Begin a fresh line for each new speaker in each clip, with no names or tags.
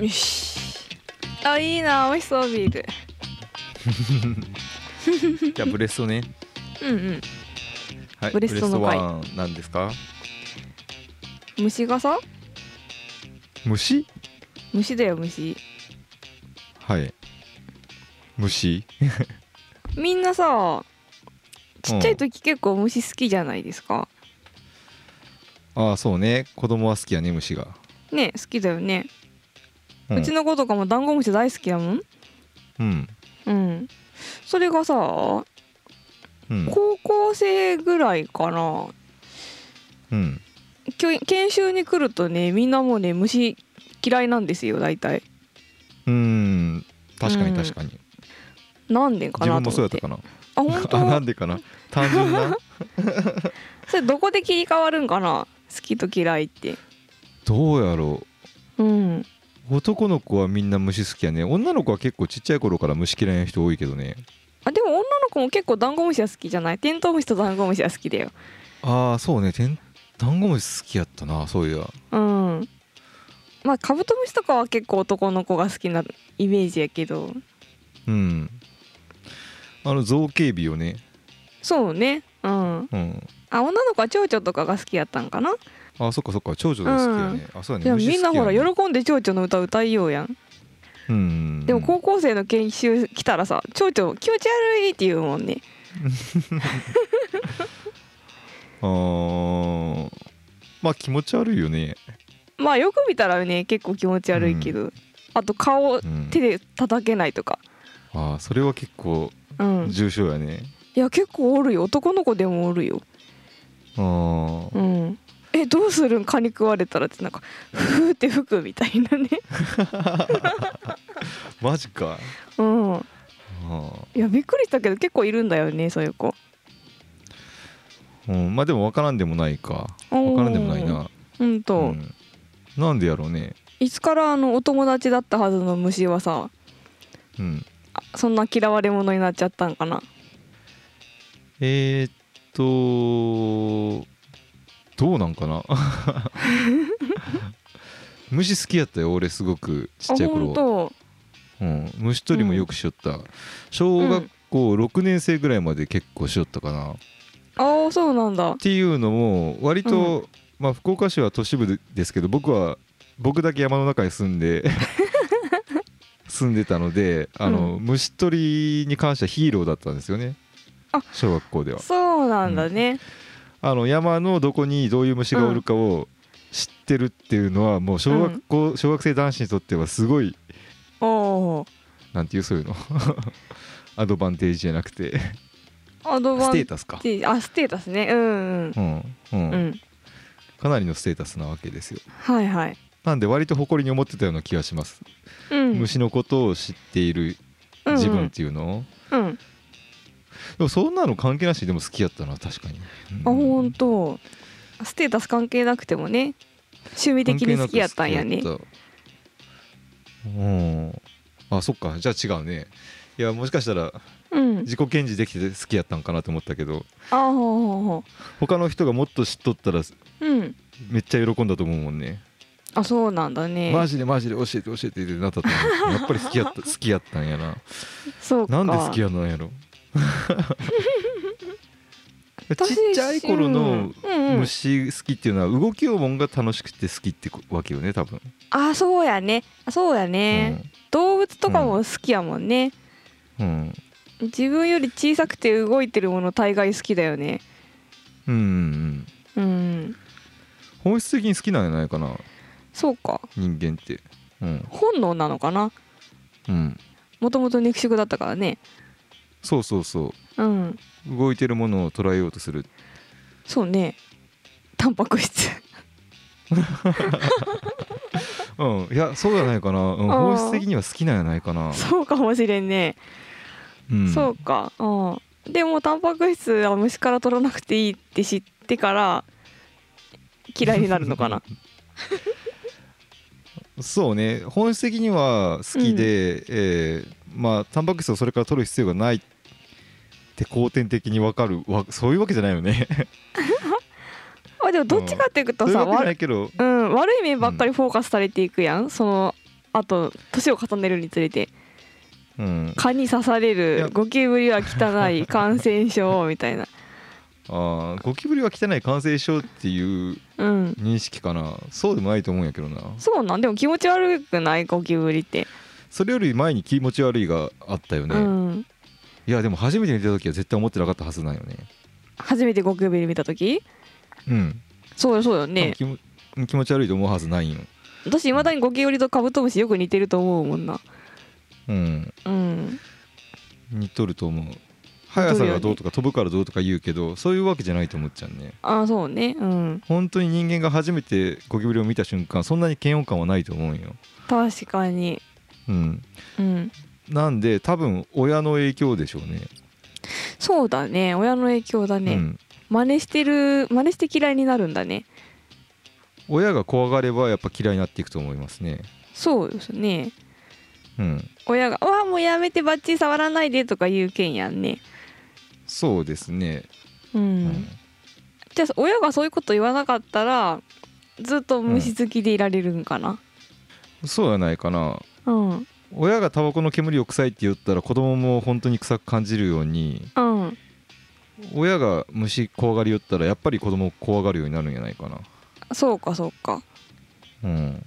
よしあいいな美味しそうビール
じゃあブレストね
うんうん
はい
ブレストの回
ワンなんですか
虫がさ
虫
虫だよ虫
はい虫
みんなさちっちゃい時結構虫好きじゃないですか、
ああそうね子供は好きやね虫が、
ね好きだよね、
う、
うんちの子とかもダンゴムシ大好きやもん
うん
うんそれがさ
うん
高校生ぐらいかな
うん
きょ研修に来るとねみんなもうね虫嫌いなんですよ大体
うん確か
うん
に確かに、
なんでか
自
な
分
と
もそ
思
う
っ
やった
て
かな
あ本
あな
当
んでかな単純 な
それどこで切り替わるんかな好きと嫌いって
どうやろ
うん
う男の子はみんな虫好きやね女の子は結構ちっちゃい頃から虫嫌いな人多いけどね
あでも女の子も結構ダンゴムシは好きじゃないテントウムシとダンゴムシは好きだよ
ああそうねてんダンゴムシ好きやったなそういや
うんまあカブトムシとかは結構男の子が好きなイメージやけど
うんあの造形美をね
そうねうん
うん
あ女の子は蝶々とかが好きやったんかな
あそっかそっか長女が好きやね、あそうやね
でも
虫好き
みんなほら
やね
喜んで蝶々の歌歌いようやん
うんうんうん
でも高校生の研修来たらさ蝶々気持ち悪いって言うもんね
あーまあ気持ち悪いよね、
まあよく見たらね結構気持ち悪いけど、あと顔を
うん、
手で叩けないとか
あーそれは結構
うん
重症やね、
いや結構おるよ男の子でもおるよ
あー
うんえどうするん蚊に食われたらってなんかふーって吹くみたいなね
マジか
うん
あ
いやびっくりしたけど結構いるんだよねそういう子
ー、うん、まあでも分からんでもないか
分
分からんでもないな
うんと、
うんなんでやろうね
いつからあのお友達だったはずの虫はさ
うん
あそんな嫌われ者になっちゃったんかな
えー、っとどうなんかな 虫好きやったよ俺すごくちっちゃい
あ本
頃、
当
うん、虫取りもよくしよった、小学校6年生ぐらいまで結構しよったかな、っ
ああそうなんだ
ていうのも割と、まあ福岡市は都市部でですけど僕は僕だけ山の中に住んで住んでたのであの、虫取りに関してはヒーローだったんですよね
あ
小学校では
そうなんだね、
あの山のどこにどういう虫がおるかを知ってるっていうのはもう小学校、小学生男子にとってはすごい
おー
なんていうそういうの アドバンテージじゃなくて
アドバ
ス
ン
テ
テ
ータスか、
ージあステータスねう
う
ん
んう
うんんうん
かなりのステータスなわけですよ
はいはい、
なんで割と誇りに思ってたような気がします、
うん、
虫のことを知っている自分っていうのを、
うん、うん、
でもそんなの関係なしでも好きやったな確かに、
あ
うん
本当ステータス関係なくてもね趣味的に好きやったんやね
関係なく好きやったうんあそっかじゃあ違うねいやもしかしたら
うん
自己顕示できて好きやったんかなと思ったけど
ああほうほうほ
他の人がもっと知っとったら
ううん
めっちゃ喜んだと思うもんね、
あそうなんだね
マジでマジで教えて教えてってなったと思うやっぱり好きやった好きやったんやな
そうか
なんで好きやなんやろちっ
私
ちゃい頃の
うんうんうん
虫好きっていうのは動きをもんが楽しくて好きってわけよね多分、
あそうやねあそうやね、動物とかも好きやもんね、
うん、うん
自分より小さくて動いてるもの大概好きだよね
うんうんうん
うん
本質的に好きなんじゃないかな
そうか
人間ってうん
本能なのかな
うん
もともと肉食だったからね
そうそうそ
うん
う動いてるものを捉えようとする
そうねタンパク質
うんいやそうじゃないかな、うん、
あー
本質的には好きなんじゃないかな、
そうかもしれんね、
うん、
そうかうんでもタンパク質は虫から取らなくていいって知ってから嫌いになるの かな
そうね本質的には好きで、えーまあタンパク質をそれから取る必要がないって後天的に分かるわそういうわけじゃないよね
あでもどっちかっていう
そ
と
ういう
さ、
わけじゃ
悪
ないいけど
うん、悪い面ばっかりフォーカスされていくやん、そのあと年を重ねるにつれて
うん、
蚊に刺され
いや
るゴキブリは汚 い感染症みたいな
あーゴキブリは汚い感染症っていう
うん
認識かなそうでもないと思うんやけどな
そうなんでも気持ち悪くないゴキブリって、
それより前に気持ち悪いがあったよね、
うん
いやでも初めて見た時は絶対思ってなかったはずなんよね
初めてゴキブリ見た時
うん
そうよそうよね
多分気も気持ち悪いと思うはずないんよ
私いまだにゴキブリとカブトムシよく似てると思うもんな
うん
うん
似とると思う速さがどうとか飛ぶからどうとか言うけどそういうわけじゃないと思っちゃうね
ああそうねうん
本当に人間が初めてゴキブリを見た瞬間そんなに嫌悪感はないと思うんよ
確かに
うん
うん
なんで多分親の影響でしょうね
そうだね親の影響だね、
うん、
真似してる真似して嫌いになるんだね
親が怖がればやっぱ嫌いになっていくと思いますね
そうですね
うん
親が「わあもうやめてバッチリ触らないで」とか言うけんやんね
そうですね
う、
うん
じゃあ親がそういうこと言わなかったらずっと虫好きでいられるんかな
そうやないかな
うんうん
親がタバコの煙を臭いって言ったら子供も本当に臭く感じるように
うん
親が虫怖がりよったらやっぱり子供怖がるようになるんじゃないかな
そうかそうか
うん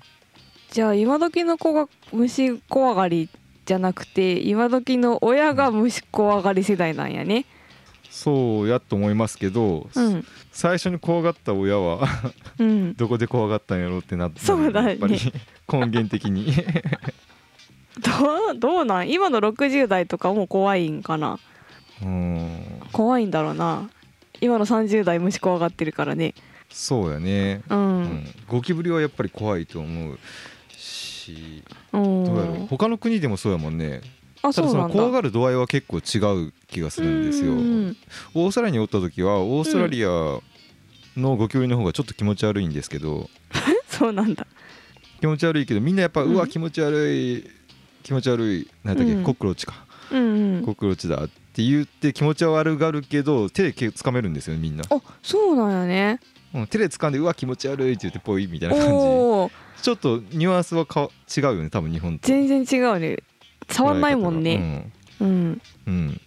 じゃあ今時の子が虫怖がりじゃなくて今時の親が虫怖がり世代なんやね
そうやと思いますけど、
うん
最初に怖がった親は
うん
どこで怖がったんやろうってなって
そうだね
やっぱり根源的に
どう どうなん今の60代とかも怖いんかな
うん
怖いんだろうな今の30代虫怖がってるからね
そうやね、
う
うん
ん
ゴキブリはやっぱり怖いと思うし
うん
どうやろう他の国でもそうやもんね
あ
た
そ
だ
う
そ
な
の
んだ
怖がる度合いは結構違う気がするんですよ、
ううん
オーストラリアにおった時はオーストラリアのゴキブリの方がちょっと気持ち悪いんですけど
そうなんだ
気持ち悪いけどみんなやっぱ、う
うん
わ気持ち悪い気持ち悪い何だっけ、
うん
コクロチか
うんうん
コクロチだって言って気持ち悪がるけど手でけ掴めるんですよみんな、
あそうなんやね
うん、手で掴んでうわ気持ち悪いって言ってポイみたいな感
おお
じちょっとニュアンスはか違うよね多分日本と
全然違うね触んないもんねうん
うん、うん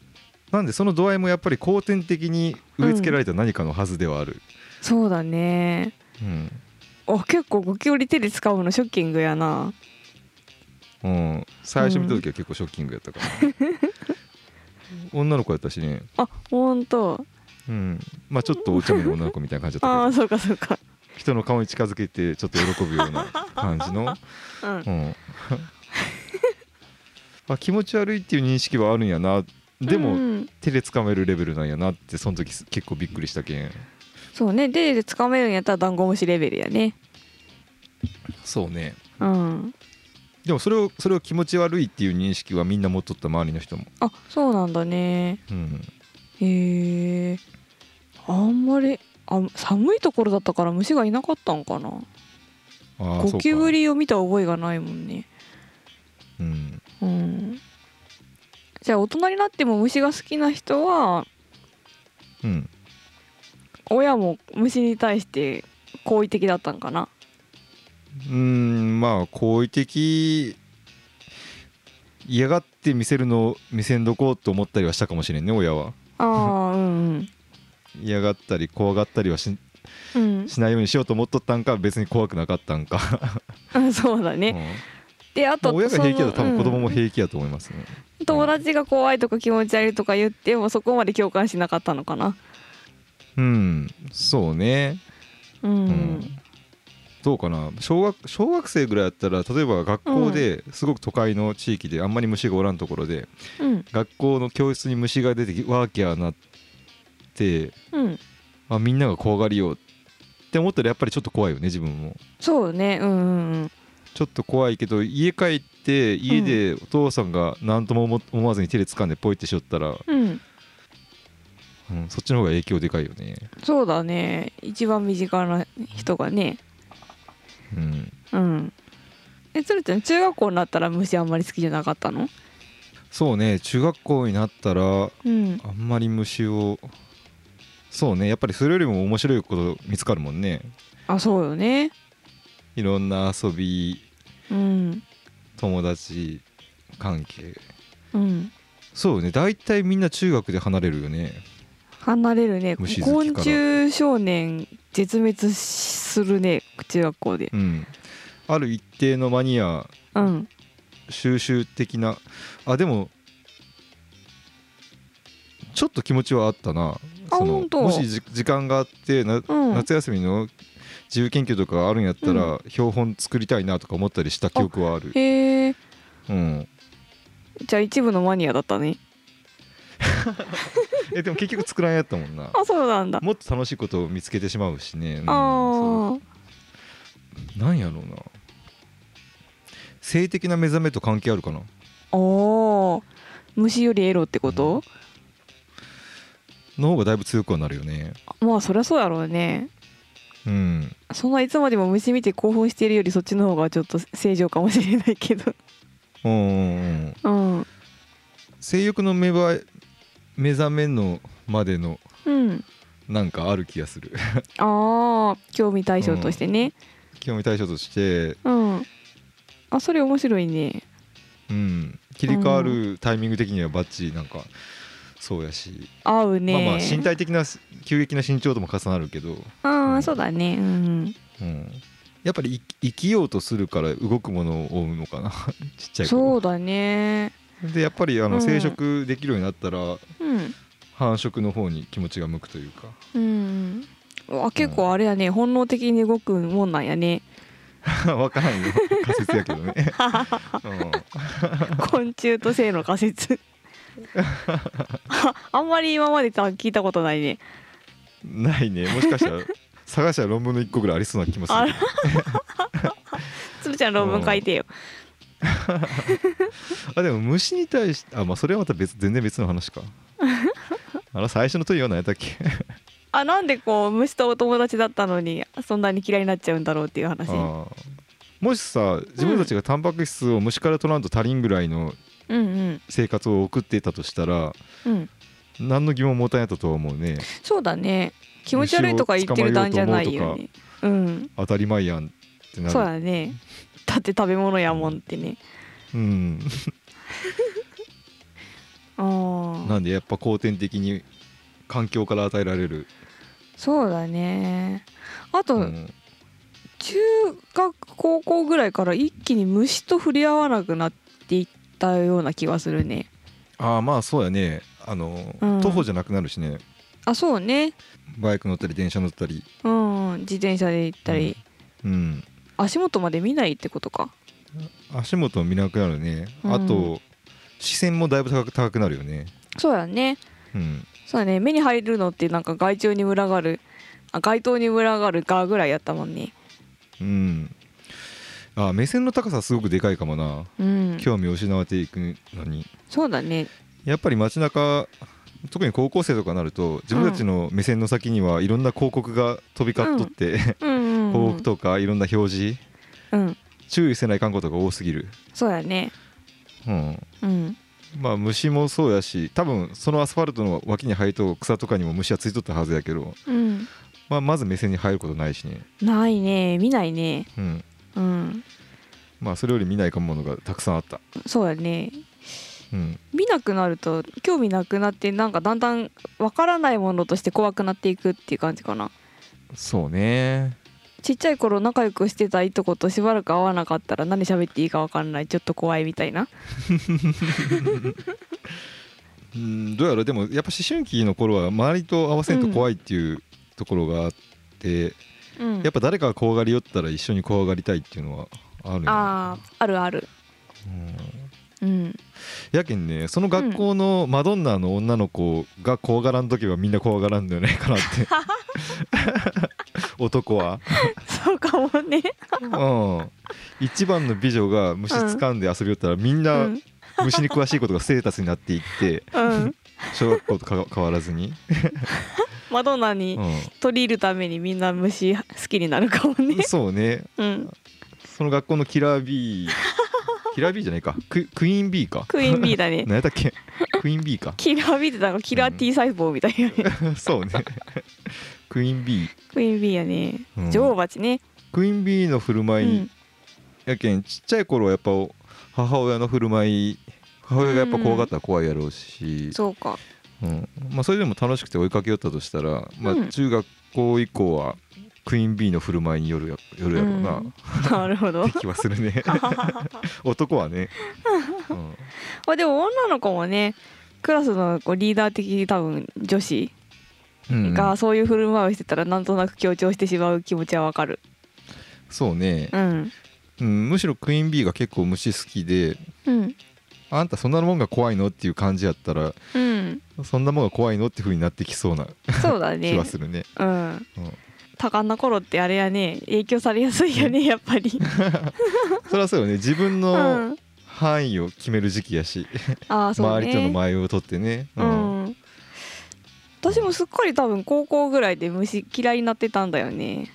なんでその度合いもやっぱり後天的に植え付けられた何かのはずではある、
そうだね
うん
あ結構ゴキブリ手で使うのショッキングやな
うん、最初見た時は結構ショッキングやった からな、女の子やったしね、
あほんと
うん、まあちょっとお茶目な女の子みたいな感じだ
あ
ったけ
ーそうかそうか
ど人の顔に近づけてちょっと喜ぶような感じの、
うん
うん、あ気持ち悪いっていう認識はあるんやなでも、
うん
手で掴めるレベルなんやなってその時す結構びっくりしたけん
そうね手で掴めるんやったらダンゴムシレベルやね
そうね
うん
でもそれをそれを気持ち悪いっていう認識はみんな持っとった周りの人も、
あそうなんだね
うん、
へえあんまりあ寒いところだったから虫がいなかったんかな
ああ
ゴキブ、リを見た覚えがないもんね
そうかうん、
うんじゃあ大人になっても虫が好きな人は
うん、
親も虫に対して好意的だったんかな
うーんまあ好意的嫌がって見せるの見せんどこうと思ったりはしたかもしれんね親は
あーうん
嫌がったり怖がったりはし
うんうん
しないようにしようと思っとったんか別に怖くなかったんか、
うんそうだ
う
ね、
んま
であ
あ、
と
親が平気だと
そ
多
の
分子供も
うん
平気やと思いますね、
友達が怖いとか気持ち悪いとか言ってもそこまで共感しなかったのかな
うんそうね、
うん、
うんどうかな小学小学生ぐらいだったら例えば学校ですごく都会の地域であんまり虫がおらんところで
うん
学校の教室に虫が出てきワーキャーなって
うん
あみんなが怖がりようって思ったらやっぱりちょっと怖いよね自分も
そうねうんうんうん
ちょっと怖いけど家帰って家でお父さんが何とも思思わずに手で掴んでポイってしよったら、
うん
うん、そっちの方が影響でかいよね
そうだね一番身近な人がね
うん
うんえつるちゃん中学校になったら虫あんまり好きじゃなかったの
そうね中学校になったら
うん
あんまり虫をそうねやっぱりそれよりも面白いこと見つかるもんね
あそうよね
いろんな遊び
うん
友友達関係
うん
そうね大体みんな中学で離れるよね
離れるね
虫好
昆
きから
虫少年絶滅するね中学校で
うんある一定のマニア
うん
収集的なあでもちょっと気持ちはあったな
あ
そ
ほ
の
んと
もしじ時間があってな、
うん
夏休みの自由研究とかあるんやったら、標本作りたいなとか思ったりした記憶はある
へえ
うん、
じゃあ一部のマニアだったね
えでも結局作らんやったもん な
あそうなんだ
もっと楽しいことを見つけてしまうしね、うん、そ
ああ
うなんやろうな性的な目覚めと関係あるかな
おー虫よりエロってこと、
の方がだいぶ強くはなるよね
まあそりゃそうやろうね
うん
そんないつまでも虫見て興奮してるよりそっちの方がちょっと正常かもしれないけど
うんうんうん
うん
性欲の芽生え目覚めのまでの
うん
なんかある気がする
ああ興味対象としてね
興味対象として、
うん、あそれ面白いね
うん、切り替わるタイミング的にはバッチリなんかそうやし、
合うね
まあまあ身体的な急激な身長とも重なるけど、
あ
う
あ
ん
そうだねうん
うん、やっぱり生生きようとするから動くものを追うのかな ちっちゃい
そう
頃
だね
でやっぱりあ
う
の
ん
生殖できるようになったら、
うん
繁殖の方に気持ちが向くというか
うんあ結構あれやね本能的に動くもんなんやね
分からんよ 仮説やけど ね、うん
昆虫と性の仮 説ああんまり今までさ聞いたことないね
ないねもしかしたら 探したら論文の1個ぐらいありそうな気もす
あ
る
らつるちゃん論文書いてよ、
あでも虫に対してあまあそれはまた別全然別の 話かあの最初の問いは何やったっけ
あなんでこう虫とお友達だったのにそんなに嫌いになっちゃうんだろうっていう話うん
あーもしさ自分たちがタンパク質を虫から取らんと足りんぐらいの
うん
生活を送っていたとしたら
うん
何の疑問も持たんやったとは思うね
そうだね気持ち悪いとか言ってる段じゃないよねうん
当たり前やんってなる
そうだねだって食べ物やもんってね
うん、
あー
なんでやっぱ後天的に環境から与えられる、
そうだねあ
う
と、
ん
中学高校ぐらいから一気に虫と触れ合わなくなっていったような気がするね
ああまあそうやねあの、
うん
徒歩じゃなくなるしね
あそうね
バイク乗ったり電車乗ったり、
うん自転車で行ったり、
うん、
足元まで見ないってことか
足元を見なくなるね、
うん
あと視線もだいぶ高く高くなるよね、
そうだね
うん、
そうだね目に入るのってなんか害虫に群がるあ街灯に群がるガぐらいやったもんね
うん、あ目線の高さすごくでかいかもな、
うん
興味を失われていくのに
そうだね
やっぱり街中特に高校生とかになると自分たちの目線の先にはいろんな広告が飛び交っとって、
うんうん、うん、
広告とかいろんな表示
うん
注意せないかんことが多すぎる、
そうだね
うん、
うん
まあ虫もそうやし多分そのアスファルトの脇に生えと草とかにも虫はついとったはずやけど、
うん
まあ、まず目線に入ることないしね、
ないね見ないね
うん、
うん
まあそれより見ないかものがたくさんあった。
そうだね
うん。
見なくなると興味なくなってなんかだんだんわからないものとして怖くなっていくっていう感じかな
そうね。
ちっちゃい頃仲良くしてたいとことしばらく会わなかったら何喋っていいかわかんないちょっと怖いみたいな
うんどうやらでもやっぱ思春期の頃は周りと合わせんと怖いっていうところがあって、
うん
やっぱ誰かが怖がりよったら一緒に怖がりたいっていうのはあるよね
あーあるある
うん
うん
やけんねその学校のマドンナの女の子が怖がらんとけばみんな怖がらんのよねかなって 男は、
そうかもね
うん、一番の美女が虫掴んで遊びよったらみん
う
なん虫に詳しいことがステータスになっていって
うん
小学校とか変わらずに、
マドンナ
う
に
ん、
取り入るためにみんな虫好きになるかもね
そうね
うん
その学校のキラー B キラー B じゃないかククイーン B か
クイーンビーだね
何やったっけクイーン B か
キラービーってなんかキラー T 細胞みたいなね
そうねクイーン B
クイーンビーやね
うん
女王蜂ね
クイーン B の振る
う
舞い、
ん
やけんちっちゃい頃はやっぱお母親の振る舞い母親がやっぱ怖がったら怖いやろうし、
そうか
うんまあ、それでも楽しくて追いかけよったとしたら、ま
うん
あ、中学校以降はクイーン B の振る舞いによるやよるやろうな、
うんなるほど
って気はする ね男はね、うん
あでも女の子もねクラスのこうリーダー的多分女子
うんうん
がそういう振る舞いをしてたらなんとなく強調してしまう気持ちはわかる
そうね、
うん
うん、むしろクイーン B が結構虫好きで
うん
あんたそんなもんが怖いのっていう感じやったら
うん
そんなもんが怖いのっていう風になってきそうな
そうだね
気はするね。
うん
うん、
多感な頃ってあれやね影響されやすいよねやっぱり
それはそうよね自分
う
の
ん
範囲を決める時期やし、
ああそう
周
ね
りとの前を取ってね、うん
うん私もすっかり多分高校ぐらいで虫嫌いになってたんだよね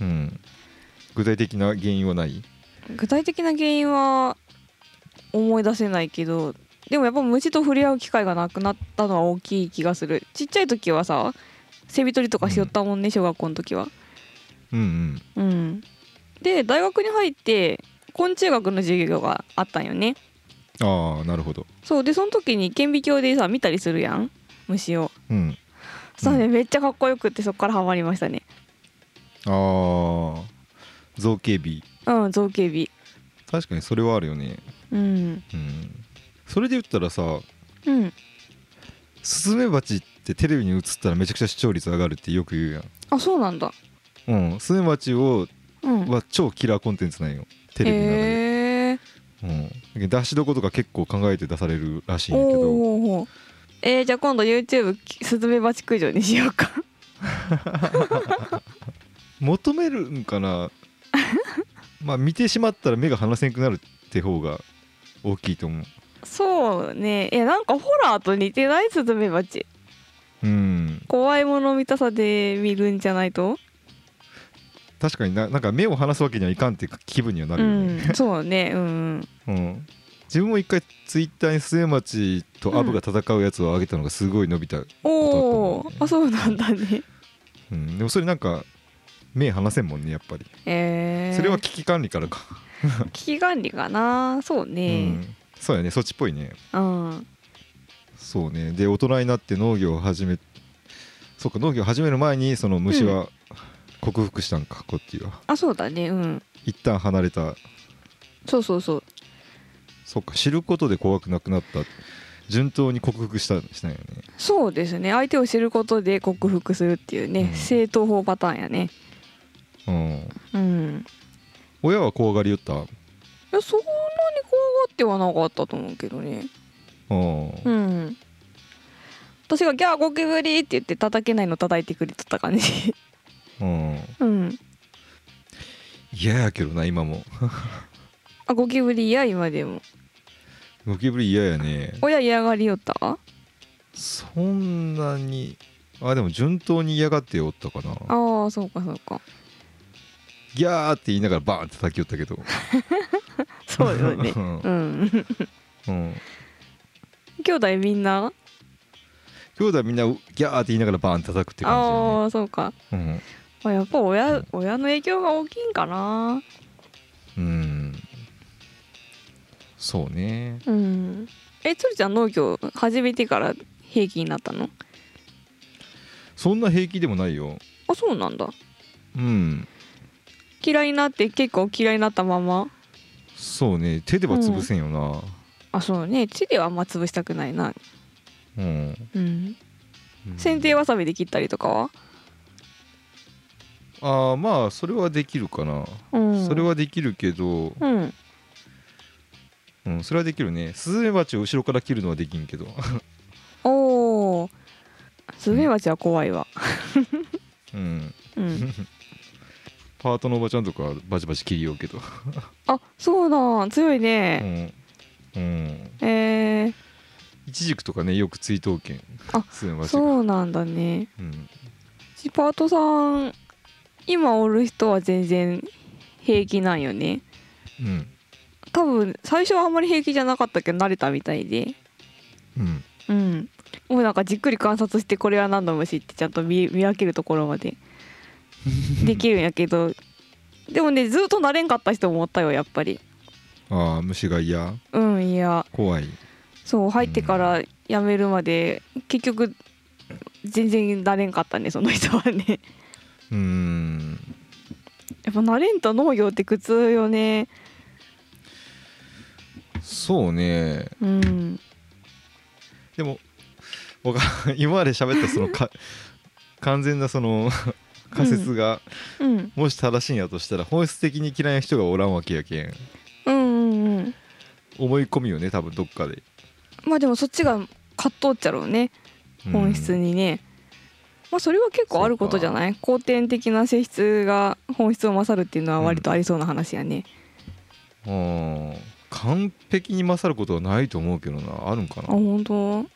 うん具体的な原因はない
具体的な原因は思い出せないけどでもやっぱ虫と触れ合う機会がなくなったのは大きい気がするちっちゃい時はさ背び取りとかしよったもんね、小学校の時は
うんうん
うんで大学に入って昆虫学の授業があったんよね
ああなるほど
そうでその時に顕微鏡でさ見たりするやん虫を
うん
そうね、めっちゃかっこよくってそっからハマりましたね
ああ造形美
うん造形美
確かにそれはあるよね
うん
うんそれで言ったらさ
うん
スズメバチってテレビに映ったらめちゃくちゃ視聴率上がるってよく言うやん
あそうなんだ
うん、スズメバチを
うん
は超キラーコンテンツなんよテレビの中で、
へえ
うん、出しどことか結構考えて出されるらしいんやけど
おおえー、じゃあ今度 YouTube きスズメバチ駆除にしようか
求めるんか なまあ見てしまったら目が離せなくなるって方が大きいと思う
そうねいやなんかホラーと似てないスズメバチ
うん
怖いもの見たさで見るんじゃないと、
確かにななんか目を離すわけにはいかんって気分にはな
う
るよ
ん
ね、
そうねうん
うん、自分も一回ツイッターにスズメバチとアブが戦うやつを上げたのがすごい伸びた、うん
お
ことだと思う
お
ね
あそうなんだ ね
でもそれなんか目離せんもんねやっぱり
えー、
それは危機管理からか、
危機管理かなそう
う
ね
ん、そうやねそっちっぽいね
うん、
そうねで大人になって農業を始めそうか農業を始める前にその虫は克服したんか、こっちは
あそうだねうん
一旦離れた
そうそうそう
そうか知ることで怖くなくなった順当に克服したしたんよね
そうですね相手を知ることで克服するっていうね、
うん
正当法パターンやね
うん
うん
親は怖がりよった
いやそんなに怖がってはなかったと思うけどね
うん
うん私が「ギャーゴキブリ!」って言って叩けないの叩いてくれとった感じ
うん
うん
嫌やけどな今も
あゴキブリ嫌今でも
ゴキブリ嫌やね
親嫌がりよったあ
そんなにあでも順当に嫌がっておったかな
あーそうかそうか
ギャーって言いながらバーンって叩きよったけど、
そうよ ね うん
うん、
兄弟みんな
兄弟みんなギャーって言いながらバーンって叩くって感じよね
ああそうか
うん
あやっぱ親親の影響が大きいんかな
うんそうね
うんえつるちゃん農業始めてから平気になったの
そんな平気でもないよ
あそうなんだ
うん
嫌いになって結構嫌いになったまま
そうね手では潰せんよな
あそうね地ではあんま潰したくないな
うん、
う
う
ん
ん
剪定わさびで切ったりとかは
ああまあそれはできるかな、
うん
それはできるけど、
うん
うん、それはできるねスズメバチを後ろから切るのはできんけど
おおスズメバチは怖いわ
うん
うん
パートのおばちゃんとかはバチバチ切りようけど
あそうなん強いうね
ん、うん、
えー、
イチジクとかねよく追悼権
あ
スズメバチが
そうなんだね
うん
うちパートさん今おる人は全然平気なんよね
うん
多分最初はあんまり平気じゃなかったけど慣れたみたいで
うん
うんもうなんかじっくり観察してこれは何の虫ってちゃんと見見分けるところまでできるんやけどでもねずっと慣れんかった人もおったよやっぱり
ああ虫が嫌
うんいや
怖い
そう入ってから辞めるまで結局全然なれんかったねその人はね
うーん
やっぱなれんと農業って苦痛よね
そうね
うん
でも僕は 今まで喋ったその か完全なその 仮説が、
うん
もし正しいんやとしたら本質的に嫌いな人がおらんわけやけん
うんうんうん
思い込みよね多分どっかで、
まあでもそっちが葛藤っちゃろうね
うん
本質にね、まあそれは結構あることじゃない後天的な性質が本質を勝るっていうのは割とありそうな話やね、
うん完璧に勝ることはないと思うけどなあるんかな、
あ
うん、
本当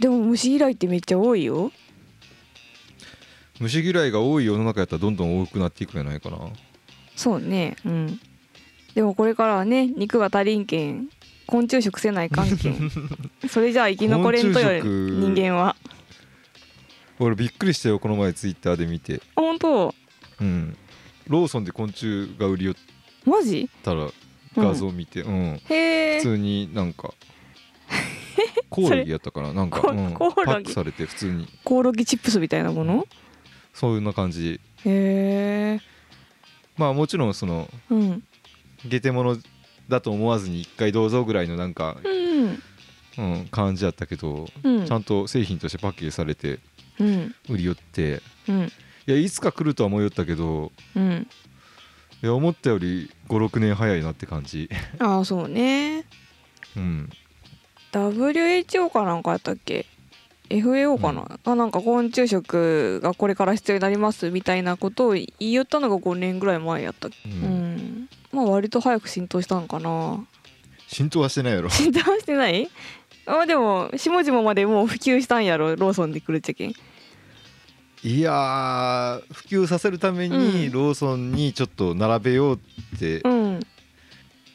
でも虫嫌いってめっちゃ多いよ
虫嫌いが多い世の中やったらどんどん多くなっていくんじゃないかな
そうねうんでもこれからはね肉が足りんけん昆虫食せない関係 それじゃあ生き残れんとよ
昆虫
人
食
間は
俺びっくりしたよこの前ツイッターで見て、
あ本当
うん、ローソンで昆虫が売り寄っ
マジ、
たら
うん
画像見て、うん、
へえ
普通になん かコオロギやったかななんか、
コ
うん、パ
コオロ
ッ
ギ
クされて普通に
コオロギチップスみたいなもの
そういうな感じ
へえ
まあもちろんその
うん
下手者だと思わずに一回どうぞぐらいのなんか、
うん
うん、感じやったけど、
うん
ちゃんと製品としてパッケージされて
うん
売り寄って
うん
いやいつか来るとは思いよったけど
うん
いや思ったより56年早いなって感じ
ああそうね
うん
WHO かなんかやったっけ FAO かな、あなんか昆虫食がこれから必要になりますみたいなことを言いよったのが5年ぐらい前やったっけ
うん
うん、まあ割と早く浸透したんかな
浸透はしてないやろ
浸透してないあでも下々までもう普及したんやろローソンで来るっちゃけん
いやー普及させるために
うん
ローソンにちょっと並べようって
うん、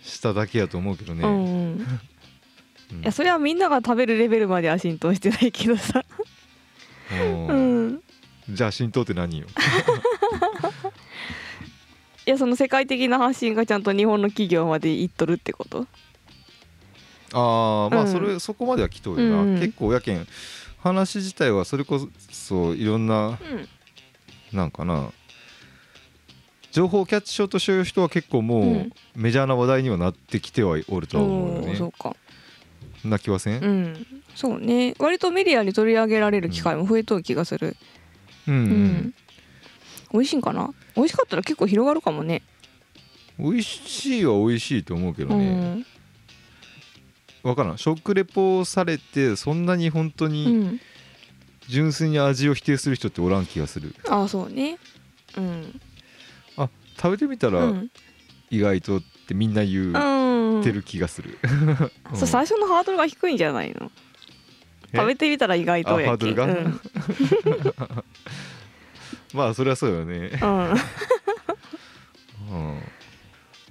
しただけやと思うけどね、
うん うんい
うん
やそれはみんなが食べるレベルまでは浸透してないけどさ
うん
うん
じゃあ浸透って何 よ
いやその世界的な発信がちゃんと日本の企業までいっとるってこと
ああまあ
うん
それ、そこまでは来とるな、
うん
結構やけん話自体はそれこそいろんな
うん
なんかな情報をキャッチしようとしてる人は結構もう、
うん
メジャーな話題にはなってきてはおるとは思うよ
おーそ
ね
うか
泣きはせ
うんん、そうね割とメディアに取り上げられる機会も増えとる気がする、
うん、う
うん
ん
美味しいんかな美味しかったら結構広がるかもね
美味しいは美味しいと思うけどね、わからん食レポをされてそんなに本当
うん、う
に
ん、
純粋に味を否定する人っておらん気がする、
ああそうねうん
あ食べてみた
う
ら
ん、
意外とってみんな言う、
うん、
ってる気がする。うん
そう最初のハードルが低いんじゃないの
え
食べてみたら意外とやっけ
あハードルが
うん、
まあそれはそうよね。
うん
うん。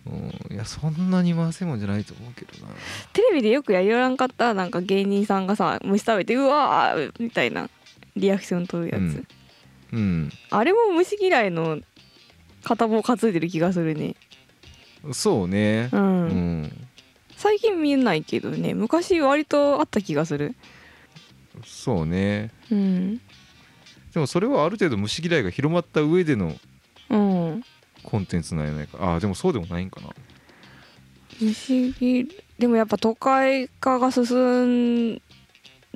うん、いやそんなにまずいもんじゃないと思うけどな。
テレビでよくやりよらんかったなんか芸人さんがさ虫食べてうわーみたいなリアクション取るやつ、
うんうん。
あれも虫嫌いの片棒担いでる気がするね
そうね。う
うん
ん。
最近見えないけどね昔割とあった気がする
そうね。
うん
でもそれはある程度虫嫌いが広まった上での
うん
コンテンツなんやないか。ああでもそうでもないんかな。
虫嫌でもやっぱ都会化が進ん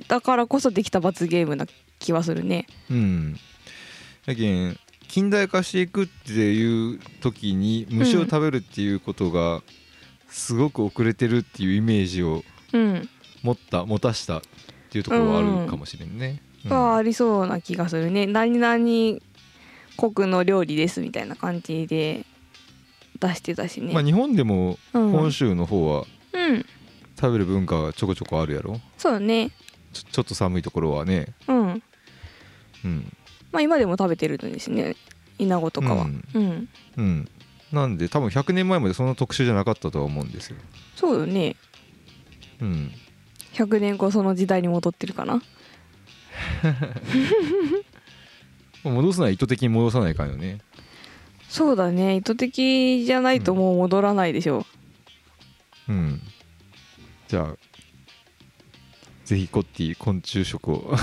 だからこそできた罰ゲームな気はするね
うん。やけん近代化していくっていう時に虫を食べるっていうことがすごく遅れてるっていうイメージを
うん
持った持たしたっていうところはあるかもしれんね。うん
はありそうな気がするね何々国の料理ですみたいな感じで出してたしね、
まあ、日本でも
うん、
本州の方は
うん
食べる文化がちょこちょこあるやろ
そうだね
ちょちょっと寒いところはね、
うん
うん
まあ今でも食べてるんですねイナゴとかは
うん
うん、
うん、なんで多分100年前までそんな特殊じゃなかったとは思うんですよ。
そうよね
うん、
100年後その時代に戻ってるかな
戻すのは意図的に戻さないかんよね。
そうだね意図的じゃないともう戻らないでしょ
うんじゃあぜひコッティ昆虫食 を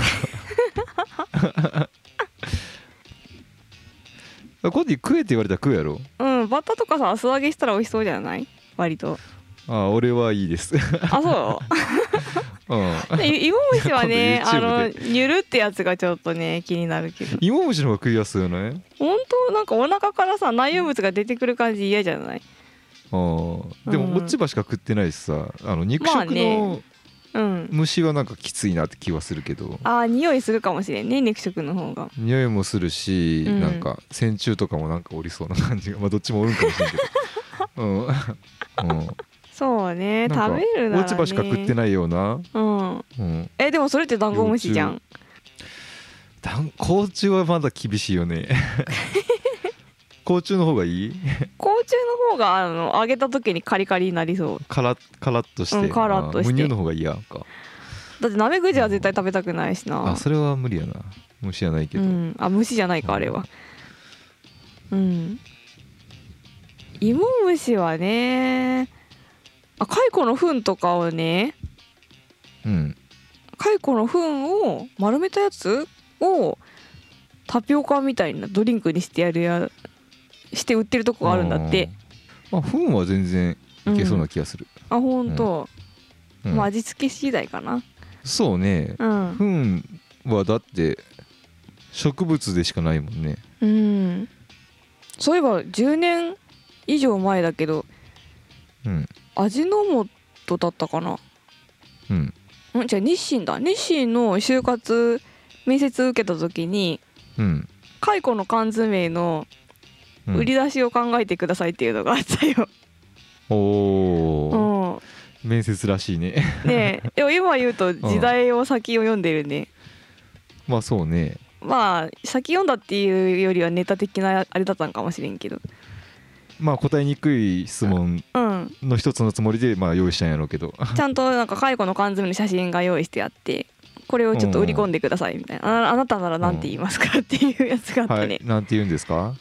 あコッティ食えって言われたら食うやろ
うんバッタとかさ素揚げしたら美味しそうじゃない割と
あ俺はいいです
あそう
うん
イモムシはねあ
今度
の
YouTube
ゆるってやつがちょっとね気になるけど
イモムシの方が食いやすいよね
本当なんかお腹からさ内容物が出てくる感じ嫌じゃない
あーで
うん
も落ち葉しか食ってないしさあの肉
まあ
食
ね
の
うん
虫はなんかきついなって気はするけど、
あー匂いするかもしれんね肉食の方が
匂いもするし、
うん
なんか線虫とかもなんかおりそうな感じがまあどっちもおるんかもしれんけ どうん、うん、
そうね
なん
食
か
べるなら、ね、
落ち葉しか食ってないような、
うん
うん、
えでもそれってダンゴムシじゃん
だん甲虫はまだ厳しいよ ね甲虫の方がいい
甲虫の方があの揚げた時にカリカリになりそう
カラッカラッとして,、
うんカラッとし
あ
て
ー無乳の方がいいやんか
だってナメクジは絶対食べたくないしな
あそれは無理やな虫やないけ
う
ど、
ん、あ虫じゃないかあれはうんイモムシはねあ蚕の糞とかをね
うん、
蚕の糞を丸めたやつをタピオカみたいなドリンクにしてやるやして売ってるとこがあるんだって
うん。まあ、糞は全然いけそうな気がする。
あほんと、
うん
まあ味付け次第かな
そうね。
うん、
糞はだって植物でしかないもんね。
うん、そういえば10年以上前だけど
うん。
味の素だったかな
うん。
んじゃあ日清だ日清の就活面接受けた時に
うん。
蚕の缶詰の
うん
売り出しを考えてくださいっていうのがあったよ、
お
う
お、
ん
面接らしいね
ねえでも今言うと時代を先を読んでるね、
まあそうね
まあ先読んだっていうよりはネタ的なあれだったんかもしれんけど
まあ答えにくい質問
うん
の一つのつもりでまあ用意したんやろうけど
ちゃんとなんか蚕の缶詰の写真が用意してあってこれをちょっと売り込んでくださいみたいな、ああなたなら何て言いますかっていうやつがあった
は
ね、
いなんて言うんですか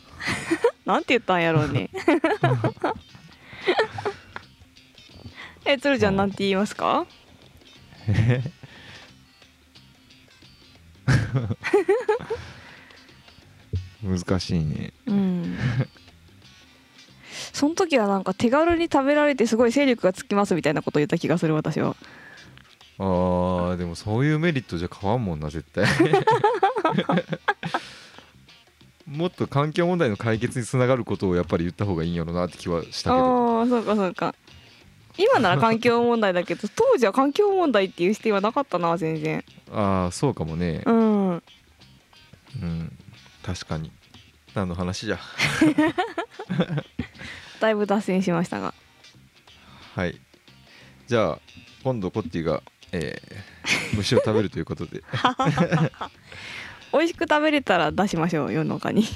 なんて言ったんやろう ね。え、つるちゃん、なんて言いますか。
難しいね
うん。その時はなんか手軽に食べられてすごい勢力がつきますみたいなことを言った気がする私は
あーでもそういうメリットじゃ変わんもんな 絶対もっと環境問題の解決につながることをやっぱり言った方がいいんやろなって気はしたけど
ああそうかそうか今なら環境問題だけど 当時は環境問題っていう視点はなかったな全然
ああそうかもね
うん
うん確かに何の話じゃ
だいぶ脱線しましたが
はいじゃあ今度コッティが、え ー虫を食べるということで
美味しく食べれたら出しましょう世の中に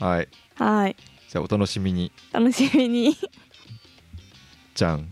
はい
はい
じゃあお楽しみに
楽しみに
じゃん